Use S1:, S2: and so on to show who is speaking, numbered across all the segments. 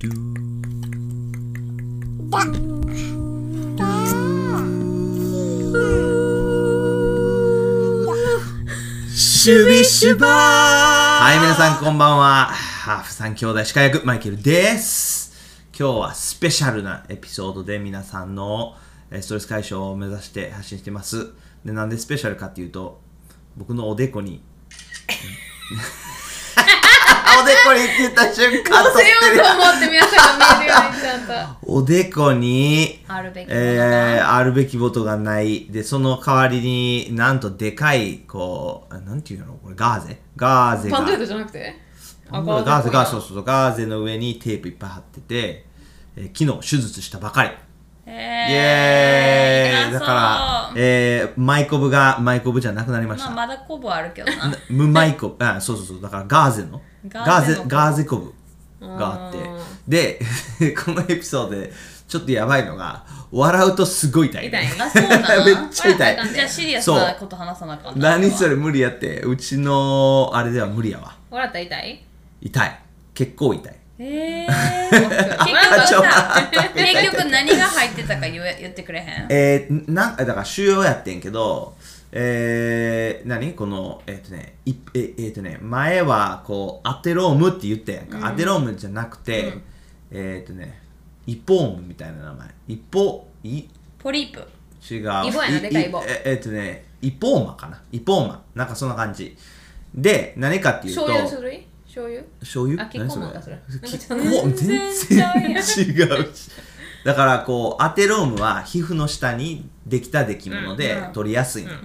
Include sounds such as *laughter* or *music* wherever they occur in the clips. S1: ドゥー
S2: だだ
S1: シュビシュバーはい、皆さんこんばんは。ハーフ三兄弟司会役マイケルです。今日はスペシャルなエピソードで皆さんのえーストレス解消を目指して発信してます。で、なんでスペシャルかっていうと、僕のおでこに。 *laughs* おでこにって言った瞬間
S2: 乗
S1: 撮っ
S2: せよ
S1: て
S2: う
S1: る
S2: と。思って皆さんが見えるようにちゃんと
S1: *laughs* おでこに、
S2: あるべきものが
S1: えー、あるべきことがない。で、その代わりになんとでかい、こう、なんていうのこれ、ガーゼガーゼが。
S2: パンデートじゃなくて
S1: ガーゼ、ガーゼ、そううそうそう、ガーゼの上にテープいっぱい貼ってて、えー昨日手術したばかり。
S2: イ
S1: イエーイだから、えー、マイコブがマイコブじゃなくなりました。
S2: まあまだコブあるけどな
S1: 無マイコブ、あ、そうそうそう、だからガーゼの、
S2: ガ
S1: ガ
S2: ー
S1: ー
S2: ゼ
S1: ゼ
S2: の、
S1: ガーゼコブがあって
S2: うん、
S1: で、 *laughs* このエピソードでちょっとやばいのが、笑うとすごい痛い。 *laughs*
S2: 痛いんだそうなん
S1: めっちゃ痛い。
S2: じゃあシリアス
S1: そ
S2: な
S1: う。
S2: こと話さなあかんな
S1: 何それ無理やって、うちのあれでは無理やわ。
S3: 笑ったら痛い
S1: 痛い。結構痛い。
S2: えー
S1: ちょ待って
S3: 結局何が入ってたか言え言ってくれへん
S1: えー、なんだから腫瘍やってんけど、えー、何この、えっ、とね、いええーとね、前はこう、アテロームって言ったやんか。アテロームじゃなくて、えっ、とね、イポームみたいな名前。イポ、い、違う。
S3: ポリープ
S1: イ
S3: イボやなでかいイボ
S1: ええーとね、イポーマかな。イポーマ。なんかそんな感じ。で、何かっていうと、
S3: 醤油の種類醤油
S1: 醤油
S3: あキッコーマ
S1: 何
S3: ンか
S1: そ
S3: そ
S1: れ
S3: れ
S1: キッ
S3: なんか
S1: コー全然違うしだからこうアテロームは皮膚の下にできた出来物で
S3: うん
S1: 取りやすいの、
S3: うん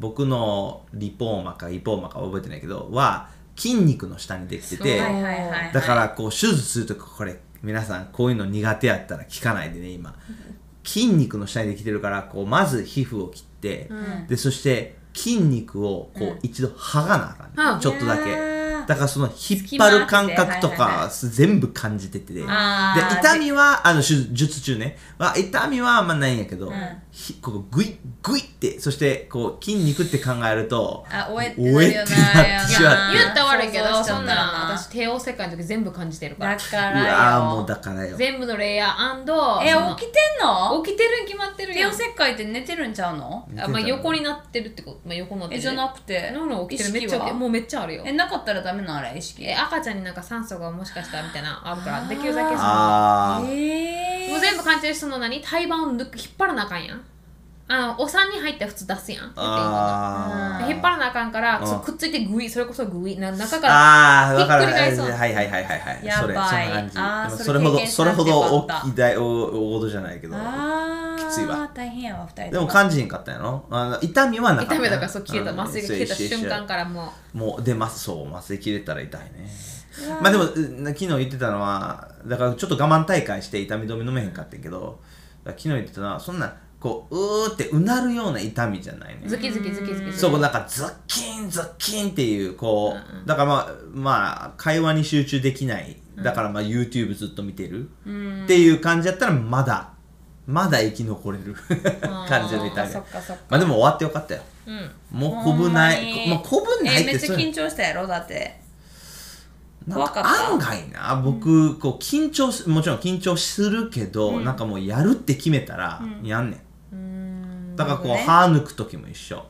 S1: 僕のリポーマかイポーマかは覚えてないけどは筋肉の下にできてて
S3: はいはいはいはい
S1: だからこう手術するときこれ皆さんこういうの苦手やったら聞かないでね今筋肉の下にできてるからこうまず皮膚を切って、
S3: ん
S1: でそして筋肉をこう一度剥がなあかんね、
S3: うん
S1: ちょっとだけ
S2: いやー
S1: だからその引っ張る感覚と
S3: 隙間あ
S1: か全部感じててで
S3: あー
S1: 痛みはあの手術中ねは痛みはあんまないんやけど、
S3: ん
S1: ひここグイッグイってそしてこう筋肉って考えると
S3: あおえって
S1: おえってなってしまって
S3: 言ったら悪いけ
S2: 想像
S3: ど
S2: しち
S3: そ
S2: ゃったなん
S3: なん私帝王切開の時全部感じてるから
S2: だか
S1: う
S2: らよ
S1: わーもうだからよ
S3: 全部のレイヤー
S2: え
S3: その
S2: 起きてんの
S3: 起きてるに決まってる
S2: 帝
S3: や
S2: 王
S3: ん
S2: 切開って寝てるんちゃうの
S1: 寝てた
S3: あ
S1: の
S3: まあ横になってるってことまあ横になって
S2: え
S3: る
S2: じゃなくて
S3: ノロ起きてるめっち
S2: 意識
S3: ゃ
S2: は
S3: もうめっちゃあるよ
S2: えなかったらダメなのあれ意識
S3: え赤ちゃんになんか酸素がもしかしたらみたいなのあるからできるだけその
S1: あー
S2: え
S3: もう全部感じる人の何胎盤を抜く引っ張らなあかんやんあのお産に入ったら普通出すやん
S1: あー
S3: 引っ張らなあかんから
S1: うん
S3: そうくっついてグイそれこそグイな中から
S1: あーわかる
S3: ひっくり返そう
S1: はいはいはいはいはい
S2: やばい
S1: それそんな感じ
S2: あー
S1: でも
S2: そ
S1: そ
S2: れ
S1: れほ
S2: 経
S1: ど
S2: 験
S1: それほど
S2: したんだ
S1: 大きい大大大事じゃないけど
S2: あー
S1: きついわ
S2: 大変やわ二人
S1: でも感じへんかったんやろあの痛みはなかった
S3: 痛
S1: よ
S3: みだからそう消えた
S1: ん
S3: 麻酔が消えた
S1: そう一緒
S3: 瞬間
S1: 一緒
S3: からもう
S1: もう出ますそう麻酔切れたら痛いね
S2: うわー
S1: まあでもうん昨日言ってたのはだからちょっと我慢大会して痛み止め飲めへんかったけどだから昨日言ってたのはそんなこううーってうなるような痛みじゃないね
S3: ズキズキズキズキ
S1: そうなんかズッキンズッキンっていうこう、だからまあまあ会話に集中できないだからまあ YouTube ずっと見てる、っていう感じだったらまだまだ生き残れる感じの痛
S2: あ
S1: み
S2: そっかそっか
S1: まあでも終わってよかったよ
S3: うん
S1: もうこぶな
S2: ほんま
S1: い
S2: に
S1: まあこぶない
S2: え
S1: っ
S2: めってちゃ
S1: そう
S2: 緊張したやろだって
S1: なん
S2: 怖かった
S1: 案外な僕こう緊張すもちろん緊張するけど、なんかもうやるって決めたらやんねん、だからこう、
S2: なるほ
S1: 歯抜く時も一緒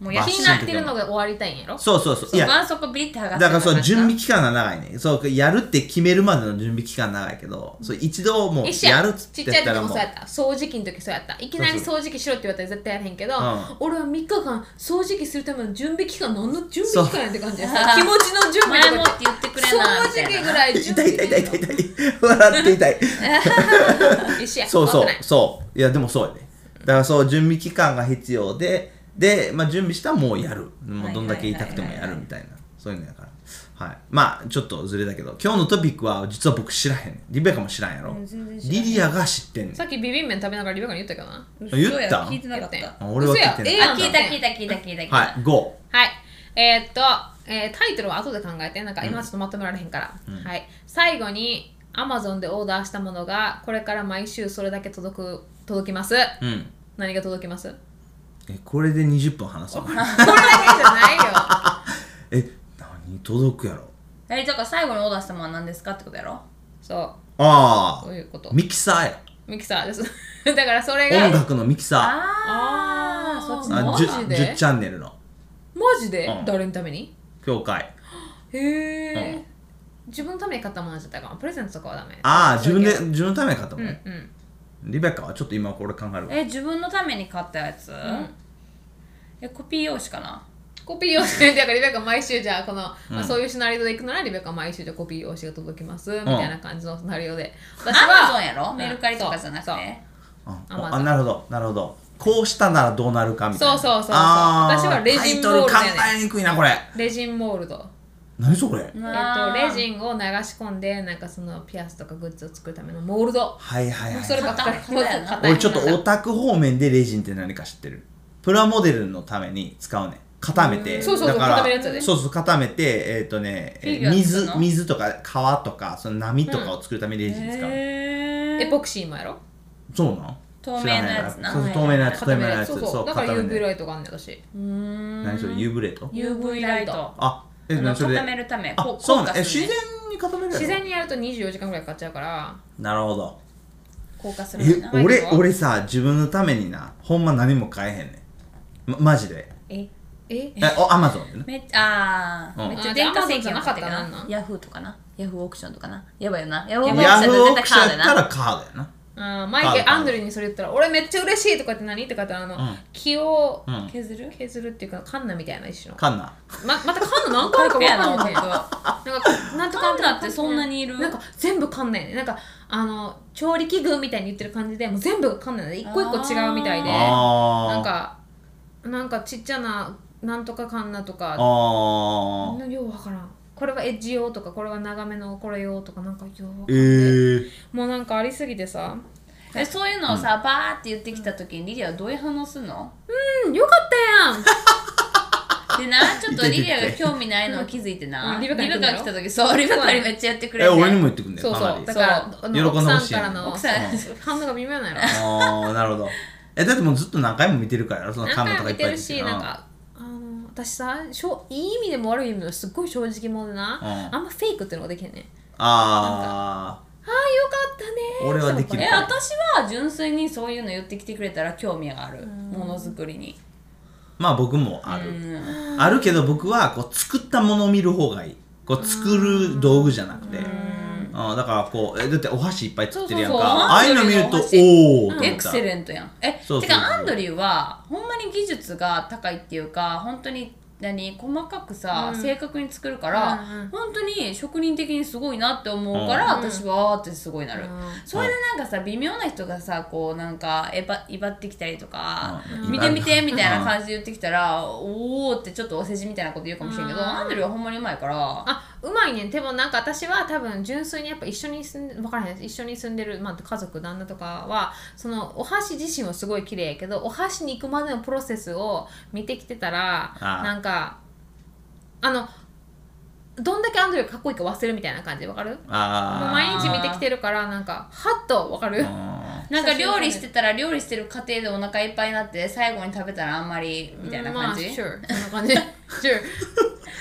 S2: もうや
S3: 気になってるのが終わりたいんやろ
S1: そうそうそうい
S2: そう
S1: や
S2: ばんそこビリって剥がす
S1: だからその準
S2: い
S1: 備期間が長いねそうやるって決めるまでの準備期間長いけどそう一度もう
S3: 一緒
S1: やるっつ
S3: ち
S1: っ
S3: ってち
S1: や
S3: ゃい
S1: っ
S3: 時
S1: たら
S3: も
S1: も
S3: そう
S1: う
S3: やった掃除機の時そうやったいきなり掃除機しろって言われたら絶対やれへんけど、
S1: うん
S3: 俺は3日間掃除機するための準備期間何の準
S1: そう
S3: 備期間やって感じやさ気持ちの準備
S2: 前
S3: と
S2: も
S3: か
S2: って言ってくれなみた
S3: 掃除機
S2: い
S3: ぐ
S2: な
S3: らい
S1: *laughs*
S3: 準
S1: 痛
S3: 備
S1: い痛い痛い痛い痛い *laughs* 笑って痛い
S3: い一緒や
S1: そうそ
S3: 怖
S1: う
S3: くない
S1: そういやでもそうやねだからそう準備期間が必要でで、まあ、準備したらもうやるもうどんだけ痛くてもやるみたいなそういうのやからはいまあちょっとずれだけど今日のトピックは実は僕知らへんリベカも知らんやろ
S2: うん全然知らん
S1: リリアが知ってんねん
S3: さっきビビン麺食べながらリベカに言ったけどな
S1: 嘘や言った
S2: 聞いてなかった
S3: 言
S1: あ俺は聞いてない
S3: 嘘や
S2: あ聞いた聞いた聞いた聞いた聞いた
S1: はい5
S3: はい。えーっと、えータイトルは後で考えて、なんか今ちょっとまとめられへんから。はい。最後に、Amazon でオーダーしたものが、これから毎週それだけ届く、届きます。
S1: うん
S3: 何が届きますこ
S1: えこれで20分話そう *laughs*
S3: れだけじゃないよ。
S1: え何届くやろ
S2: ええだから最後にオーダーしたものは何ですかってことやろ
S3: そ
S1: あ
S3: うそういうこ
S1: あ
S3: と
S1: ミキサーや
S3: ミキサーです *laughs* だからそれが
S1: 音楽のミキサ
S2: あ
S3: あー
S2: あそっち
S1: ー
S2: の
S1: あ
S3: マ
S1: じ
S3: ジ
S1: ゅ
S3: で
S1: 10, チャンネルの
S3: マジで、
S1: うん
S3: 誰のために
S1: 協会
S3: へえ、
S1: うん
S3: 自分のために買ったものじゃったかもプレゼントとかはダメ
S1: ああ自分で
S3: う
S1: 自分のために買ったも
S3: ん
S1: ん、
S3: う
S1: ね
S3: ん
S1: リベカはちょっと今これ考えるわ
S2: え自分のために買ったやつ、
S3: ん
S2: えコピー用紙かな
S3: コピー用紙だからリベカ毎週じゃあこの、ま
S1: うん
S3: あ、そういうシナリオで行くならリベカ毎週じゃあコピー用紙が届きますみたいな感じのシナリオで私
S2: アマゾ
S3: は
S2: ンやろ
S3: ん
S2: メルカリとかじゃなくて
S3: そう
S1: あ
S3: あま
S1: あ
S3: だ
S1: なるほどなるほどこうしたならどうなるかみたいな
S3: そうそうそうそう
S1: あー
S3: 私はレジンボールだよ
S1: タ
S3: ね
S1: イトル考えにくいなこれ
S3: レジンモールド、
S1: 何それ
S3: えっと、レ
S2: ン
S3: ジンを流し込んでなんかそのピアスとかグッズを作るためのモールド
S1: はいはいはい
S3: そればっかり
S2: 硬い硬いな
S3: 硬い
S1: 俺ちょっとオタク方面でレジンって何か知ってるプラモデルのために使うね固めて
S3: そうそうそう
S1: だから
S3: 固めるやつだね
S1: そうそう固めてえっ、とねえー
S2: フィギュア作る
S1: 水
S2: の
S1: 水とか川とかその波とかを作るためにレジン使う、
S3: エポクシーもやろ
S1: そうなん
S2: 透明なやつな
S1: 知らないそうそう透明なやつ透
S3: 固
S1: 明
S3: め
S1: な
S3: る
S1: や
S3: や
S1: つ
S3: つそうそうだから
S1: 固め
S3: UV
S1: る
S3: ラ
S1: や
S3: イトがあんねん私
S1: つ何それ UV レート
S2: UV ライト
S1: あえ
S2: あの
S1: 何それ
S2: 固め
S1: で
S2: るため
S1: あ
S2: こ
S1: そうなん
S2: 硬
S1: だ
S2: く
S1: え
S2: す
S1: 自
S2: る
S1: 然
S2: ね
S1: に固めるやつ
S3: 自然にやると24時間ぐらいかかっちゃうから
S1: なるほど
S3: 硬化する
S1: え
S3: のね
S1: 俺俺さ自分のためになほんま何も買えへんねん、ま、マジで
S2: え
S3: え
S1: えおアマゾンでね
S2: めっちゃあー
S1: うん
S2: めっちゃ電化製品は買って
S3: あじゃあ
S2: な
S3: Amazon じゃなかったらなんなん
S2: ヤフーとかなヤフーオークションとかなやばいよなヤフーオークショ
S1: ヤ
S2: ン
S1: フーオ
S2: 絶
S1: ー
S2: 対
S1: クション
S2: カー
S1: やっ
S2: ドや
S1: た
S2: な
S1: らカードやな
S3: うんマイ
S1: カー
S3: ケ
S1: ド
S3: ル・アンドリーにそれ言ったら俺めっちゃ嬉しいとかって何って言ったらあの、
S1: うん
S3: 気を
S1: うん
S3: 削る、削るっていうかカンナみたいな一種の
S1: カンナ
S3: ままたカンナ何回か分かんないんだけどなんかなんとか
S2: カンナってそんなにいる
S3: なんか全部カンナやねなんかあの調理器具みたいに言ってる感じでもう全部がカンナで一個一個違うみたいで
S1: あー
S3: なんかなんかちっちゃななんとかカンナとか
S1: あー
S3: ようわからんこれはエッジ用とかこれは長めのこれ用とかなんかようわか
S1: え
S3: らんで
S1: ー、
S3: もうなんかありすぎてさ
S2: えそういうのをさバーって言ってきた時にリリアはどういう反応するの
S3: うんよかったやん
S2: でなちょっとリリアが興味ないのを気づいて
S3: う
S2: なんリ
S3: リ
S2: ベ
S3: ベ
S2: カ
S3: カに来るの
S2: が来た時そうリベカにめっちゃやってくれ
S1: え
S2: て
S1: 俺にも言ってくんだ
S3: そ
S1: よ
S3: う
S1: か
S3: そ
S1: な
S3: う
S1: り
S3: だから
S1: 喜
S3: あの
S1: んで
S3: 奥
S1: ほ
S3: さ
S1: し
S3: ん
S1: い
S3: からの
S2: 奥さん
S3: 反応が微妙なの
S1: あーなるほどえだってもうずっと何回も見てるからやろそのカン
S3: 何
S1: ナと
S3: 回も
S1: かいっ
S3: 見
S1: ぱ
S3: て
S1: い
S3: るし
S1: 出て
S3: なんかあの私さしょいい意味でも悪い意味でもすっごい正直者でな、
S1: うん
S3: あんまフェイクっていうのができへんね
S1: あ
S3: ああよかったねー
S1: 俺はできる
S2: え私は純粋にそういうの言ってきてくれたら興味があるものづくりに
S1: ーまあ僕もあ
S2: う
S1: る
S2: ん
S1: あるけど僕はこう作ったものを見る方がいいこう作る道具じゃなくてあだからこうえだってお箸いっぱい作ってるやんか
S3: そうそうそう
S1: ああいうの見ると
S2: アンドリュ
S1: おおーと思った
S2: エクセレントやんえ
S1: そうそう
S2: てかアンドリューはほんまに技術が高いっていうか本当に何細かくさ、正確に作るから、
S3: うんうん
S2: 本当に職人的にすごいなって思うから、私はあーってすごいなる、
S3: うん
S2: それでなんかさ微妙な人がさこうなんかえば威張ってきたりとか、
S1: うん
S2: 見て見てみたいな感じで言ってきたら、おおってちょっとお世辞みたいなこと言うかもしれんけど、アンドリューはほんまにうまいから
S3: あうまいねんでもなんか私は多分純粋にやっぱ一緒に住んで分からへん一緒に住んでる、まあ、家族旦那とかはそのお箸自身はすごい綺麗やけどお箸に行くまでのプロセスを見てきてたら
S1: あー
S3: なんかあのどんだけアンドリューかっこいいか忘れるみたいな感じわかるもう
S1: あ
S3: 毎日見てきてるからなんかはっとわかる
S1: ーあ
S2: なんか料理してたら料理してる過程でお腹いっぱいになって最後に食べたらあんまりみたいな感じ、
S3: まあ、sure そんな感じ *laughs* sure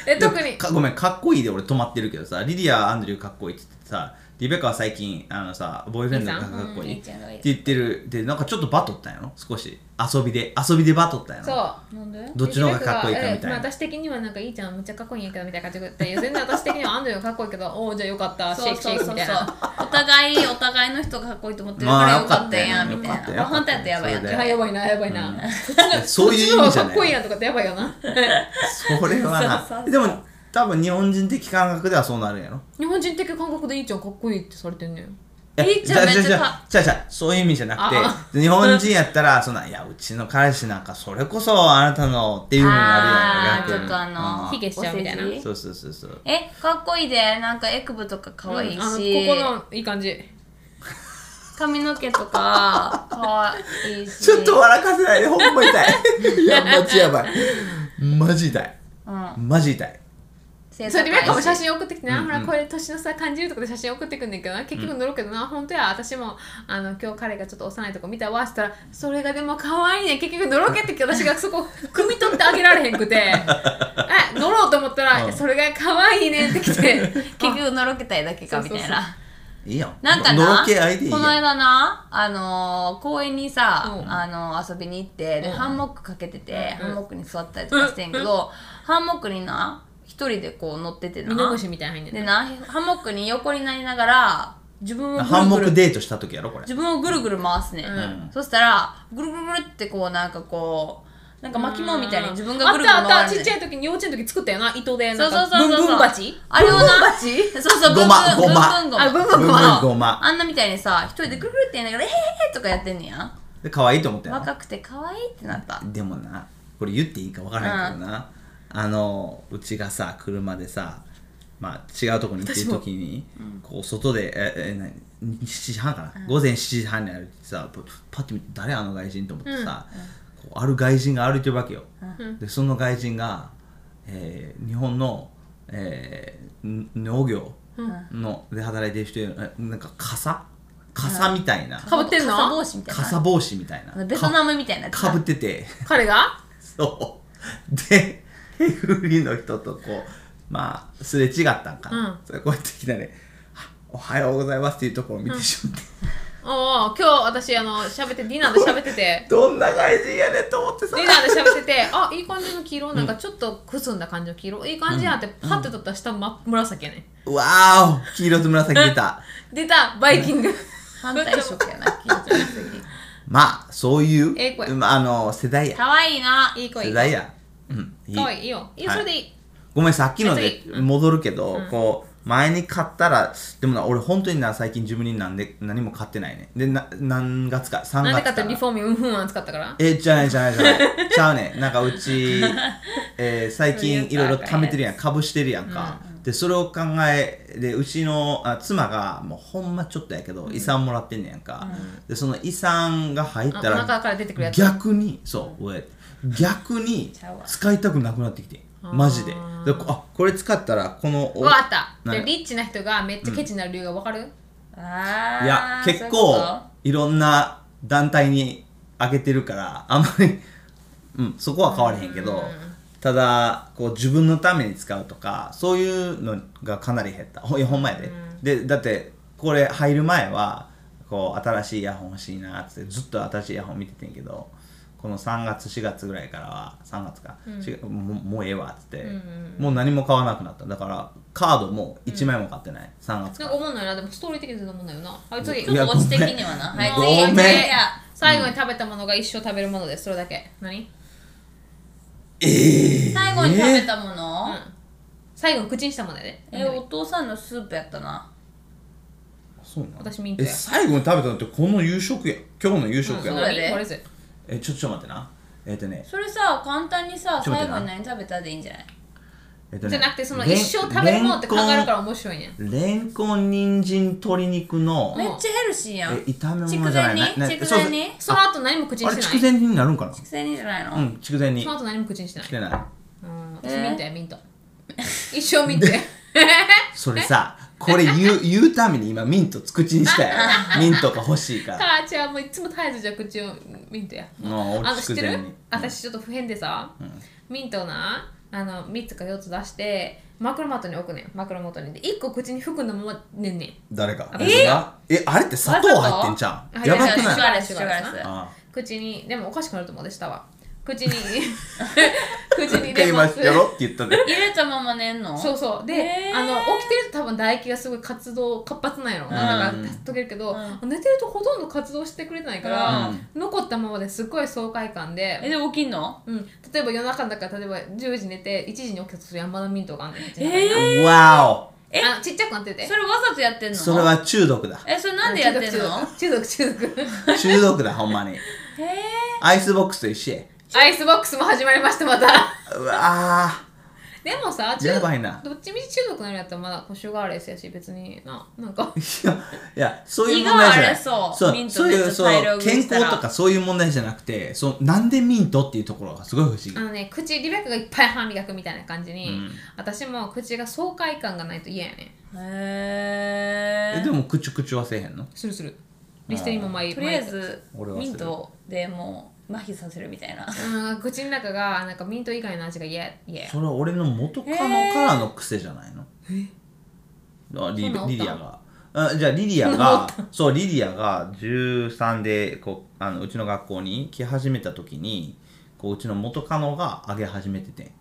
S3: え特に
S1: ーかごめんかっこいいで俺止まってるけどさリディア・アンドリューかっこいいって言ってさリベカは最近あのさボーイフレンドがかっこいい
S2: い
S1: っ
S2: いじゃない
S1: て言ってるでなんかちょっとバトったんやろ少し遊びで遊びでバトったんや
S3: そ
S1: ろ
S3: う
S2: なんで
S1: どっちの方がかっこいいかみ
S3: え
S1: た
S3: まあ
S1: いな
S3: 私的にはなんかいいちゃんめっちゃかっこいいんやけどみたいな感じで言って全然私的にはアンドリューがかっこいいけどおおじゃあよかったシェ
S2: そ
S3: イ
S2: う
S3: クシ
S2: そ
S3: ェ
S2: う
S3: イク
S2: そうそう
S3: みたいな *laughs*
S2: お互いお互いの人がかっこいいと思ってるからよかったやん
S1: まあ
S2: みた
S1: よかっ
S2: い
S1: た
S2: な、
S1: よ
S2: まあ、本当やったらやばいや
S1: そ
S2: ん
S1: れで
S3: あやばいなやばいな、
S1: そういう意
S3: こっ
S1: 味
S3: ち
S1: じゃ
S3: の方がか
S1: な
S3: っこいい
S1: い
S3: やんとかってやばいよな
S1: それは
S2: そうそう
S1: な
S2: そう
S1: でも多分日本人的感覚ではそうなるんやろ
S3: 日本人的感覚でいいちゃんかっこいいってされてんねん
S2: いいじゃんめっちゃか
S1: じゃじゃそういう意味じゃな
S3: あ
S1: くて日本人やったらそんないやうちの彼氏なんかそれこそあなたのっていうのがあ
S2: あ
S1: る
S2: ー
S1: や
S2: ち
S1: ん
S2: ょっとあの
S3: ヒゲしちゃうみたいな
S2: お世
S1: うん
S2: 辞
S1: そうそうそうそう
S2: えかっこいいでなんかエクブとかかわいいし、
S3: あのここのいい感じ
S2: 髪の毛とかかわいいし
S1: ちょっと笑かせないでほんま痛いいやマジやばいマジ痛い
S2: うん
S1: マジ痛い
S2: 生
S3: それでみやかも写
S2: 真
S3: 真送ってきてな、
S1: うんうん
S3: ほらこれ年の差感じるとかで写真送ってくんねんけどな結局乗るけどな、本当や私もあの今日彼がちょっと幼いとこ見たわしたらそれがでも可愛いね結局のろけって私がそ *laughs* こ汲み取ってあげられへんくてえ乗ろうと思ったら、
S1: うん
S3: それが可愛いねってき *laughs* て
S2: 結局のろけたいだけかみたいな
S3: そうそうそう
S1: いいやん。
S2: なんかな
S1: のろけアイディ
S2: この間な、あのー公園にさ、
S3: うん
S2: あのー遊びに行ってで、
S3: うん
S2: ハンモックかけてて、
S3: うん
S2: ハンモックに座ったりとかしてんけど、ハンモックにな一人でこう乗ってて
S3: ミノ
S2: な
S3: ムシみたいな入んねん
S2: でなハンモックに横になりながら自分をぐ
S1: ハンモ
S2: る
S1: ック
S2: ぐる
S1: デートした時やろ、これ。
S2: 自分をぐるぐる回すね、
S3: うん
S2: そしたらぐるぐるぐるってこうなんかこうなんか巻物みたいに自分が
S3: あ
S2: ぐ
S3: っ
S2: るぐる
S3: たあった
S2: 回る
S3: ち
S2: ね
S3: っちゃい時に幼稚園の時作ったよな糸で
S2: そ
S3: な
S2: うんそ
S3: か
S2: うそうそう
S3: ブンブン鉢
S2: あれをな
S3: 鉢
S2: そうそう
S1: ごま
S2: ブンブン
S1: ごま
S2: ブンブン
S3: あ
S2: ご
S3: ブ
S2: ま
S3: ンブンごま
S1: ブンブンごま
S2: あんなみたいにさ一人でぐるぐるってやりながら「えーとかやってんねや
S1: で、可愛いと思ったよ。
S2: 若くて可愛いってなった
S1: でもなこれ言っていいか分からんけどな、あのうちがさ車でさまあ違うとこに行ってる時に、こう外でええ何7時半かな、午前7時半に歩いてさパパッて見て誰あの外人と思ってさ、こうある外人が歩いてるわけよ、
S3: うん
S1: でその外人が、えー日本の、えーん農業ので働いてる人えなんか傘傘みたいな、
S3: かぶってんの
S2: 傘帽子みたいな
S1: 傘帽子みたいな
S2: ベトナムみたいなやつ
S1: かぶってて
S3: 彼が
S1: そう。で、ヘフリの人とこう、まあ、すれ違ったんかな。
S3: うん
S1: それこうやってきたね、あおはようございますっていうところを見てしまって、
S3: おうおう今日私あの喋ってディナーで喋ってて
S1: どんな外人やねんと思ってさ
S3: ディナーで喋っててあいい感じの黄色なんかちょっとくすんだ感じの黄色いい感じやってパッて取ったら下真っ紫やね
S1: わーお黄色と紫出た。
S3: 出たバイキング
S2: 反対色やな気が
S3: *laughs*
S2: する
S1: まあ、そういう、
S3: ええ子や
S1: まあ、あの、世代や。
S2: 可愛いない
S3: い子い
S1: 世
S3: い子
S1: 代や。うん、いい
S3: かわいいいいよいいよ
S1: はい
S3: それでいい
S1: ごめん、さっきの
S3: 別
S1: で
S3: に
S1: 戻るけど、こう、前に買ったら、でもな、俺本当にな、最近自分になんで何も買ってないね。で、な何月か、3月か
S3: な
S1: ら。
S3: んでかってリフォーミングうんふんは使ったから
S1: え、じゃないじゃないじゃない。ちゃうねん。なんかう
S3: *laughs*
S1: ち、えー最
S2: そうい
S1: 近
S2: う
S1: いろいろ貯めてるやん。株してるやんか。で、それを考え、で、うちのあ妻が、もうほんまちょっとやけど、遺産もらってんねやんか。で、その遺産が入っ
S3: あお
S1: た
S3: 腹
S1: ら、
S3: から出てくるやつ
S1: 逆に、そう、俺、逆に
S2: ちゃうわ
S1: 使いたくなくなってきてん。マジで。で
S3: あ
S1: こあ、これ使ったら、この、お
S3: わかったで
S1: 何
S3: リッチな人がめっちゃケチになる理由がわかる
S2: あー
S1: いや、
S2: そう
S1: 結
S2: うこ
S1: 構
S2: と
S1: いろんな団体にあげてるから、あんまり、 *laughs* うん、そこは変われへんけど、ただ、こう自分のために使うとか、そういうのがかなり減った。ほいやほんまやで。で、だって、これ入る前は、こう、新しいイヤホン欲しいなって、ずっと新しいイヤホン見ててんけど、この3月、4月ぐらいからは、3月か、しもうもうええわっつって、もう何も買わなくなった。だから、カードも1枚も買ってない、3月から
S3: なんか。思うのよなでもストーリー的に全然思うのよなはい次
S1: い
S2: ちょっとオチ的にはな
S1: や
S2: はい
S1: ご
S2: 次
S1: めん
S2: はい
S1: ごめん
S2: 次いや
S3: 最後に食べたものが一生食べるものですそれだけ何
S1: ええ
S2: 最後に食べたもの
S3: 最後に口にしたものやで
S2: えお父さんのスープやったな
S1: そうなの
S3: 私ミント
S1: え
S3: や
S1: 最後に食べたのってこの夕食や今日の夕食や、
S3: 何
S2: うん
S3: こ
S2: そうやで
S3: れです
S1: えちょちょっと待ってなえっ、とね
S2: それさ簡単にさ
S1: ちょっと待っ
S2: 最
S1: てな
S2: 後に何食べたでいいんじゃない
S1: えっ、とね
S3: じゃなくてその一生食べるものって考えるから面白いね
S1: レン
S3: ん
S1: コンレンコン人参鶏肉の
S2: めっちゃヘルシーやん
S1: え炒め
S2: 筑
S1: 物じゃな
S2: 前
S1: い
S2: 煮
S1: なな
S2: 筑
S1: そう
S2: 前煮
S3: その後何も口に
S1: あ
S3: し
S1: れ
S3: て
S1: 筑
S3: ない
S1: 前煮になるんかな
S2: 筑前煮じゃないの
S1: うん筑前煮
S3: その後何も口にしてない
S1: してない
S3: うん
S2: えー
S3: ミントやミント一生ミントや
S1: それさこれ言う *laughs* 言うために今ミント口に
S3: *laughs*
S1: したよミントが欲しいから
S3: 母ちゃんもいつも絶えずじゃ口をミントや
S1: もう俺
S3: あの知
S1: 筑
S3: って
S1: 前
S3: る
S1: 煮
S3: 私ちょっと不変でさ、ミントをなあの3つか4つ出して枕元に置くねん枕元にで1個口に含んだままねんねん
S1: 誰が私
S3: え
S1: がえあれって砂糖入ってんじゃ
S3: わ
S1: ん
S3: ざ
S1: や
S3: と
S1: ば
S2: シ
S1: く
S2: ュガ
S1: ない
S2: ーレスシュガーレス
S1: あ
S3: 口にでもおかしくなると思うでしたわ
S1: *laughs*
S3: 口に口
S1: あ
S3: に
S1: 一回
S3: 入れ
S1: 今
S3: ま
S1: や
S3: す
S1: ろって言ったで
S2: 入れたまま寝んの
S3: そうそうで、
S2: へー
S3: あの起きてると多分唾液がすごい活動活発なんやろな、
S1: うん
S3: だから溶けるけど、
S2: う
S3: 寝てるとほとんど活動してくれてないから、
S1: うん
S3: 残ったままですっごい爽快感で、
S2: えで起きんの
S3: うん、例えば夜中だから例えば10時寝て1時に起きたとする山田ミントがあんねん口の中に *laughs*
S2: え
S1: わ
S2: え
S3: あちっちゃくなってて
S2: それわざとやってん
S1: お
S2: の
S1: それは中毒だ
S2: えそれなんでやってんの
S3: 中毒中毒中毒
S1: 中毒だほんまに
S2: へえ
S1: アイスボックスと一緒や
S3: アイスボックスも始まりましたまた
S1: うわ
S3: でもさ中
S1: やばいな
S3: どっちみち中毒なるやったらまだコシュガーレスやし別にななんか
S1: いやいやそういう問題じゃな
S2: 胃が荒
S1: い
S2: れそうミント
S1: そうい
S2: めっち
S1: う
S2: ゃ
S1: そ
S2: 大量
S1: う
S2: 食い
S1: 健
S2: したら
S1: 康とかそういう問題じゃなくてそうなんでミントっていうところがすごい不思議
S3: あのね口リベッカがいっぱい歯磨くみたいな感じに、
S1: うん
S3: 私も口が爽快感がないと嫌やね
S2: へ
S1: え
S2: え
S1: でもクチュクチュはせえへんの
S3: するするリステリンも毎
S2: とりあえず
S1: 俺はす
S2: ミ
S1: る
S2: ントでもう麻痺させるみたいな
S3: 毎うん口の中がなんかミント以外の味が嫌や嫌や
S1: それは俺の元カノからの癖じゃないのあリ
S3: そんなんおった
S1: リリアがあじゃあリリアがそうリリアが13でこうあのうちの学校に来始めた時にこううちの元カノが上げ始めてて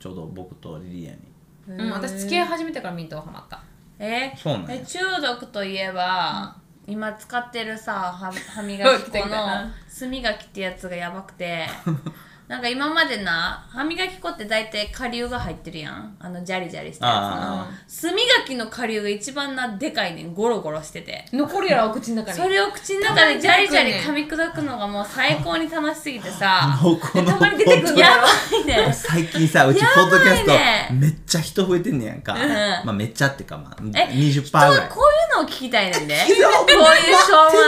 S1: ちょうど僕とリリアに
S3: うん、私付き合い始めてからミントはハマった
S2: えー
S1: そうなんや
S2: え中毒といえば、今使ってるさは歯磨
S1: *laughs*
S2: き粉の炭がきってやつがやばくてなんか今までな歯磨き粉って大体顆粒が入ってるやんあのジャリジャリしたや
S1: あ
S2: つの炭がきの顆粒が一番なでかいねんゴロゴロしてて
S3: 残るやろお口の中に
S2: それを口の中でジャリジャリ噛み砕くのがもう最高に楽しすぎて
S1: *laughs*
S2: さ
S1: もうこの
S3: たまに出てくる
S2: やばい
S1: *laughs*
S2: ね
S1: 最近さうち
S2: や
S1: ポ
S2: ば
S1: ッド
S2: いね
S1: キャストめっちゃ人増えてんねやんか、まあめっちゃってかまあ20%ぐら
S2: え
S1: い
S2: 人はこういうのを聞きたいねんでこうい
S1: ひ
S2: うし
S1: ど *laughs*
S2: ょ
S1: いう
S2: も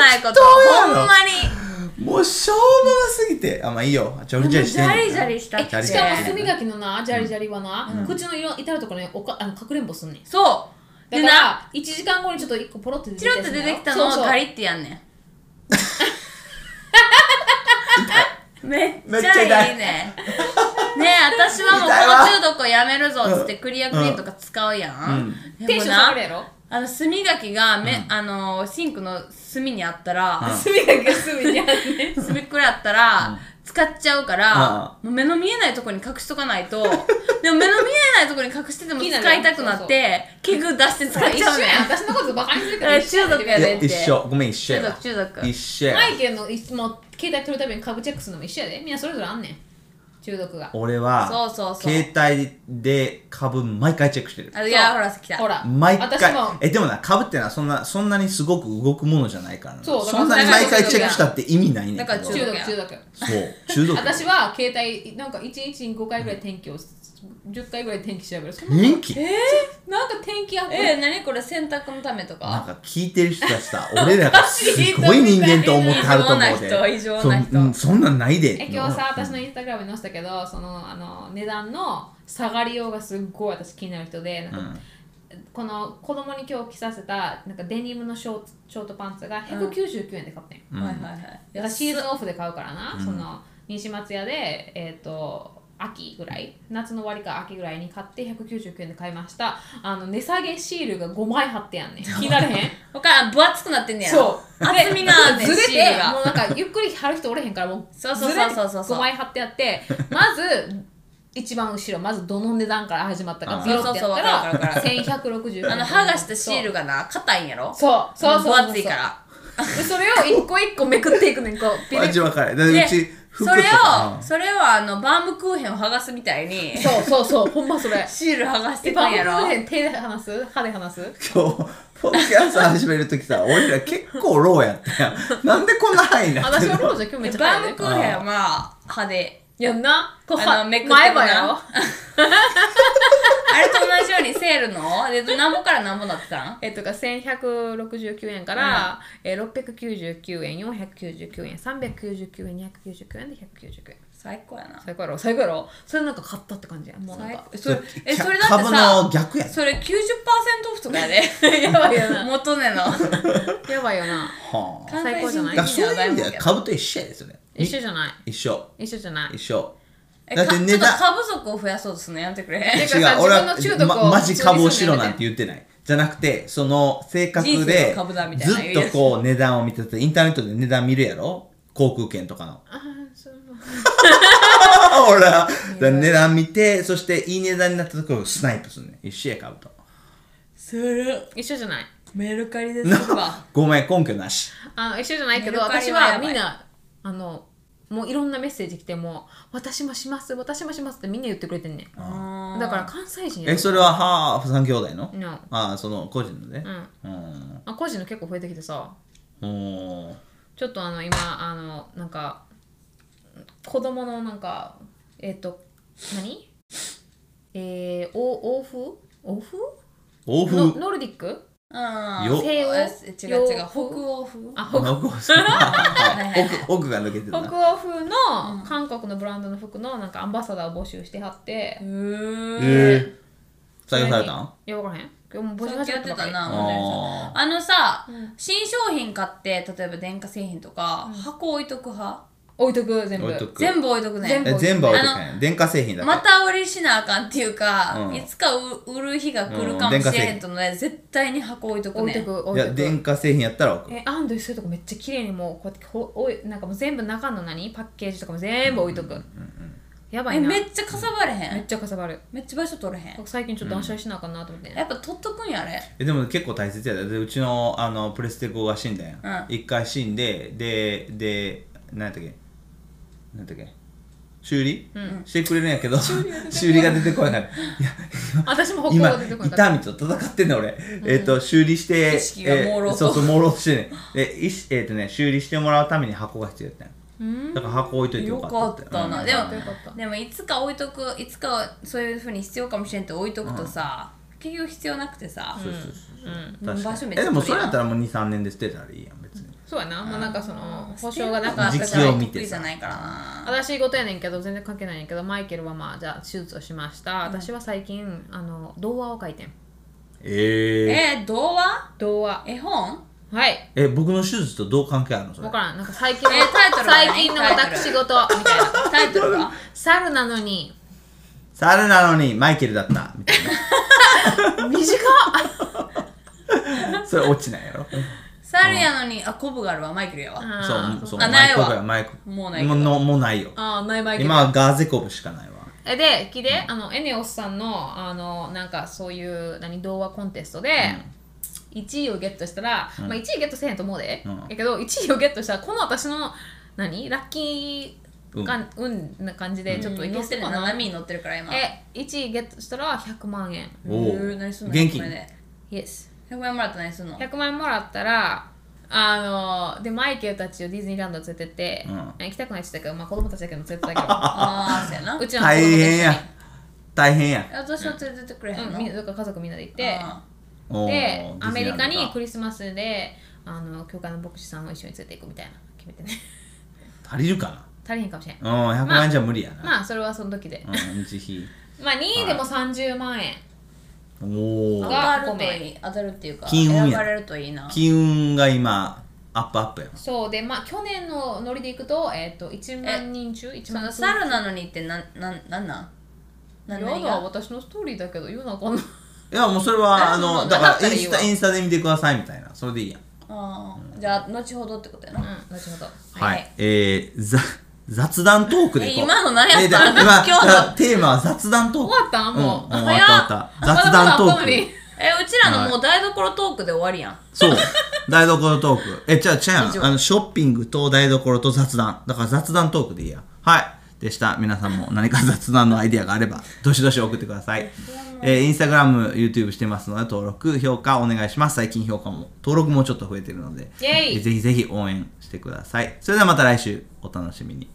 S2: ないこ
S1: 適
S2: と
S1: 当やろ
S2: ほんまに。
S1: もうしょうもなすぎてあまあいいよちょりちょりしてんねん
S2: ジャリジャリしたって
S1: ジャリ
S3: し
S1: ジ
S3: か
S1: ャ
S3: も
S1: リして
S3: 歯
S1: んねん
S3: 磨きのなジャリジャリはな、口の色至るところにおかあのかくれんぼすんねん
S2: そう
S3: だか
S2: でな
S3: ら1時間後にちょっと1個ポロって出て
S2: チロッと出てきたのをガリ
S3: ッ
S2: ってやんねんめ
S1: め
S2: っ
S1: っ
S2: ち
S1: ちゃ
S2: ゃ
S1: 痛
S2: い
S1: い
S2: いねね私はもうこ
S1: 痛いわ
S2: の中毒をやめるぞっつってクリアクリーンとか使うやん、で
S3: テン
S2: も
S3: ション下
S2: な
S3: がるやろ
S2: あの炭磨きがめ、あのシンクの炭にあったら、
S3: *laughs*
S1: うん
S3: 隅だけ隅
S2: *laughs*
S3: にあるね
S2: 隅っこやったら、使っちゃうから
S1: あ、
S2: もう目の見えないとこに隠しとかないとでも目の見えないとこに隠してても
S3: 気になる
S2: 使いたくなって器具出して使っ
S3: 一
S2: ち
S3: 緒
S2: ゃうねん
S3: やん私のことバカにするから
S2: え中毒やで
S1: いや一緒ごめん一緒や
S2: 中
S1: わ
S2: 毒中毒
S1: 一緒やわ
S3: マイケルのいつも携帯取るために株チェックするのも一緒やでみんなそれぞれあんねん中毒が
S1: 俺は
S2: そうそうそう
S1: 携帯で株毎回チェックしてる
S2: あ
S3: う
S2: いやほら来た
S3: ほら
S1: 毎
S3: 私
S1: 回
S3: も
S1: えでもな株ってのはそんなそんなにすごく動くものじゃないからな
S3: そうだから
S1: そんなに毎回チェックしたって意味ないねんけど
S2: だから中
S3: 中毒
S2: 毒や
S3: 中毒
S1: そう中毒
S3: 私は携帯なんか1日に5回ぐらい天気を10回ぐらい天気調べるそんな
S1: 元気
S3: なんか天気アプリ
S2: え *laughs* ー、何これ洗濯のためと
S1: なん
S2: か
S1: か聞いてる人たちさ俺らがすごい人間と思ってはると思うで
S2: 異常な人異常な人
S1: そ,、うん、そんなんないで
S3: え今日さ私の
S1: うん
S3: インスタグラムに載せたけどそのあの値段の下がりようがすっごい私気になる人でなんか、この子供に今日着させたなんかデニムのショーツショートパンツが199円で買ってん、
S1: うん
S2: はいはいはい
S3: だからシーズンオフで買うからな、その西松屋でえっ、と秋ぐらい夏の終わりか秋ぐらいに買って199円で買いましたあの値下げシールが5枚貼って
S2: *laughs*
S3: やんねん気になれへん
S2: わからん分厚くなってんねやろ
S3: そう。
S2: 厚みがあんねん
S3: ずれ
S2: シール
S3: て、
S2: が
S3: もうなんかゆっくり貼る人おれへんから、もう
S2: そうそうそうそうそう
S3: 5枚貼ってあって、まず、一番後ろ、まずどの値段から始まったか、
S1: あ
S3: ビロってやったら、
S2: そうそうそうわか
S3: 1160円。
S2: あの剥がしたシールがな硬いんやろ
S3: そう。そうそうそうそう。
S2: 分厚いから
S3: で。それを一個一個めくっていくねん、こう、ピリ
S1: 味
S3: ッ
S1: 分からないだ
S2: で
S1: からうち服
S2: それ
S1: とか
S2: をそれをあのバームクーヘンを剥がすみたいに
S3: そうそうそう、ほんまそれ。
S2: シール剥がして
S3: パ
S2: た
S3: ン
S2: ん
S3: ク
S2: やろ
S3: で手で離す歯で離す
S1: 今日ポッドキャスト始めるときさ俺ら結構ローやったやんなんでこんな範囲になって
S3: 私
S1: る
S3: はロー
S1: の
S3: じゃ今日めっちゃ
S2: バ
S3: 早い
S2: ー
S3: ね
S2: ムクーヘンは歯で
S3: やんな。こう、
S2: あ
S3: は
S2: のめくって
S3: 前歯やろ。
S2: あれと同じようにセールのでなんぼからなんぼだってたん
S3: えっとか1169円から、えー699円499円399円299円で199円
S2: 最高やな
S3: 最高やろ最高やろそれなんか買ったって感じやもうなん
S2: 最
S3: か
S2: 高それえ
S1: キャ
S2: それだって
S1: 株の
S2: さ
S1: 逆やん
S2: それ90%オフとかやで
S3: や
S2: *laughs*
S3: ばいよな
S2: 元値の
S3: やばいよな
S1: はあ
S3: 最高じゃない
S1: だから
S2: 関西
S1: そう
S2: 人的には
S1: いう意味
S2: 大
S1: で
S2: 儲け
S1: は株と一緒やですよね
S3: 一緒じゃない
S1: 一緒
S3: 一緒じゃない
S1: 一緒
S2: え
S1: だ
S2: か
S1: っ
S2: ち
S1: て
S2: ょっ
S1: 値
S2: と
S1: 段
S2: 株族を増やそうとするのやめてくれ
S3: てか
S1: 違う
S3: さ
S1: 俺は
S3: 自分の中毒を
S1: まマジ株を
S3: 普通
S1: し
S3: にする
S1: ろ
S3: のや
S1: な
S3: めて
S1: んて言ってないじゃなくてその性格
S2: 人生
S1: で
S2: の株だみたい
S1: ず
S2: な
S1: っとこう値段を見ててインターネットで値段見るやろ航空券とかの
S3: あーそう
S1: あ俺は値段見てそしていい値段になったところをスナイプするね一緒や株と
S2: それ
S3: 一緒じゃない
S2: メルカリですわ
S1: ごめん根拠なし
S3: あの一緒じゃないけど
S2: メルカ
S3: 私
S2: リはやばい
S3: はみんなあのもういろんなメッセージ来ても「私もします私もします」ってみんな言ってくれてんねんだから関西人や
S1: えそれはハーフ三兄弟の、
S3: うん
S1: ああその個人のね
S3: うん
S1: うん
S3: あ個人の結構増えてきてさ
S1: うん
S3: ちょっとあの今あのなんか子供のなんかえっ、と何えー、お欧風欧風
S1: 欧風
S3: ノノルディック
S2: うん
S1: よ
S3: 西欧
S2: 西洋違う違う
S3: 洋
S2: 北
S3: 風
S2: 欧風
S3: あ
S1: あ
S3: 北
S1: の奥はい
S2: いはい
S1: 奥奥が抜けてる
S3: 北
S1: な
S3: 欧風
S2: う
S3: の
S2: ん
S3: 韓国のブランドの服のなんかアンバサダーを募集してはって、
S2: う
S1: え
S2: ー
S1: ー採用されたん
S3: いや分からへん今日も募集
S2: さっき
S3: 始まっ
S2: やったて
S3: ばか
S2: た
S3: り
S2: な
S1: あー
S2: あのさ、
S3: うん
S2: 新商品買って例えば電化製品とか、箱置いとく派
S3: 置いとく全部
S1: 置いとく
S2: 全部置いとくね
S3: 全部
S1: え全部は置いとけん電化製品だから
S2: また売りしなあかんっていうか、
S1: うん
S2: いつかう売る日が来るかもしれへんとので、絶対に箱置いとく
S3: 置いと
S2: ね
S3: く
S1: い
S3: 置い
S1: や
S3: とく
S1: 電化製品やったら置く
S3: えアンドリューするとこめっちゃ綺麗にもうこうやってこうおいなんかもう全部中の何パッケージとかも全部置いとく、やば
S2: え
S3: いなめ
S2: めっちゃかさばれへん、
S3: っちゃかさばる
S2: めっちゃ場所取れへん
S3: 僕最近ちょっと断捨離しなあかんなと思って、
S2: やっぱ取っとくんやあれ
S1: えでも結構大切やででうちのあのプレステ5が死んだやん
S2: うん
S1: 一、回死んででで何やったっけ何やったっけ修理、してくれるんやけど *laughs* 修理が出てこないからいや
S3: 私も北欧
S1: 今
S3: が出てこなかった
S1: 痛みと戦ってんねん俺、えっ、と修理して
S2: 意識が
S1: え
S2: 朦朧と
S1: そうそう朦朧としてねでいしえっ、とね修理してもらうために箱が必要やったんや
S3: うん
S1: だから箱置いといて
S2: よ
S1: よ
S2: か
S1: か
S2: っ
S1: った
S2: たな、
S1: うん
S2: で
S3: よかったよかった
S2: もでもいつか置いとくいつかそういうふうに必要かもしれんって置いとくとさ、結局必要なくてさ、
S1: そうそうそう
S3: うん
S1: 確か
S2: 場
S1: に
S2: 所めっちゃ
S1: えでも
S2: 取
S1: それ
S2: るやん
S1: やったらもう23年で捨てたらいいやん別に
S3: そうやなもうなんかその保証がな
S2: なん
S3: か
S2: か
S3: った
S1: 時
S3: か
S1: 期
S3: ら
S1: を
S2: 得
S1: 見て
S2: 意じ
S1: さ
S2: ゃないからな
S3: 私事やねんけど全然関係ないねんけどマイケルはまあじゃあ手術をしました、私は最近あの童話を書いてん
S1: ええ
S2: えー、童話
S3: 童話
S2: 絵本
S3: はい
S1: え僕の手術とどう関係あるのそれ
S3: 分からんなんか最近の、
S2: えータイトルはね
S3: 最近の私事みたいな
S2: タイトル
S3: *laughs*
S2: は
S3: 猿なのに
S1: 猿なのにマイケルだったみたい
S3: 短っ
S2: *laughs*
S1: なそれ落ちないやろ
S2: 猿やのにあコブがあるわマイケルやわ、
S3: あ
S1: そうそう
S2: あないわ
S1: マイコブやマイコ
S2: もうないけ
S1: も
S2: ど
S1: のもうないよ
S3: あーないマイケル
S1: 今はガーゼコブしかないわ
S3: えで聞いて、あのエネオスさんのあのなんかそういう何童話コンテストで、1位をゲットしたら、まあ、1位ゲットせえへんと思うで、
S1: うん
S3: やけど1位をゲットしたらこの私の何ラッキーか、うん、な感じでちょっとい
S2: 乗
S3: け
S2: って
S3: そう
S2: る
S3: かな、
S2: 斜めに乗ってるから今
S3: え1位ゲットしたら100万円
S1: お
S2: う
S1: お
S2: ー何すんの
S1: 現金
S2: これで
S3: Yes
S2: 100万円もらったら何すんの
S3: 100万円もらったらあのでマイケルたちをディズニーランドに連れてって、
S1: うん
S3: あ行きたくないって言ってたけど、まあ、子供たちだけど連れてったけど *laughs*
S2: ああそうやな
S3: うちの子供と
S1: 大
S3: 一緒
S1: 変
S3: に
S1: や大変や
S2: 私は連れてってくれへん
S3: うん
S2: の、
S3: みんなだから家族みんなで行って
S2: あ
S1: おー
S3: でアメリ
S1: ディズニ
S3: カ
S1: ーラン
S3: に
S1: ド
S3: ク
S1: か
S3: リスマスであの教会の牧師さんを一緒に連れていくみたいな決めてね
S1: 足りるか
S3: 足りへんかもしれん
S1: なうん100万円じゃ無理やな、
S3: まあそれはその時で、
S1: うん日費
S3: まあ2位でも30万円、
S1: お
S2: ー
S1: お
S3: が
S2: 当たるといい当たるっていうか
S1: 金運や
S2: 選ばれるといいな
S1: 金運が今アップアップや
S3: そうでまあ去年のノリでいくと,、えっと1万人中1
S2: そ
S3: 万
S2: の
S3: 人
S2: 猿なのにってなんなんなんなんな
S3: や
S2: ん何
S3: だ
S2: が
S3: 私のストーリーだけど言うなこんな
S1: いやもうそれはあ
S3: う
S1: の
S3: ん
S1: だか
S3: だっ
S1: ら
S3: たら
S1: イン
S3: いい
S1: ス
S3: わ
S1: タインスタで見てくださいみたいなそれでいいやん
S2: あーじゃあ後ほどってことやな、
S3: うん後ほど
S1: はい、えー、ざ *laughs* 雑談トークでいこう
S2: え今の何やった
S1: えーだ今
S2: 今日の
S1: だテーマは雑談トーク
S3: 終わったもう
S1: うん、終わった終わった雑談ト
S3: まだまだあったの
S1: ー
S3: に
S1: ク
S2: えうちらのもう台所トークで終わりやん、
S1: そう台所トークえじゃあ違
S2: 以
S1: うや
S2: 上
S1: んあのショッピングと台所と雑談だから雑談トークでいいやはいでした皆さんも何か雑談のアイディアがあればどしどし送ってくださいえー、インスタグラム YouTube してますので登録評価お願いします最近評価も登録もちょっと増えてるので
S3: イェイ
S1: えーぜひぜひ応援してくださいそれではまた来週お楽しみに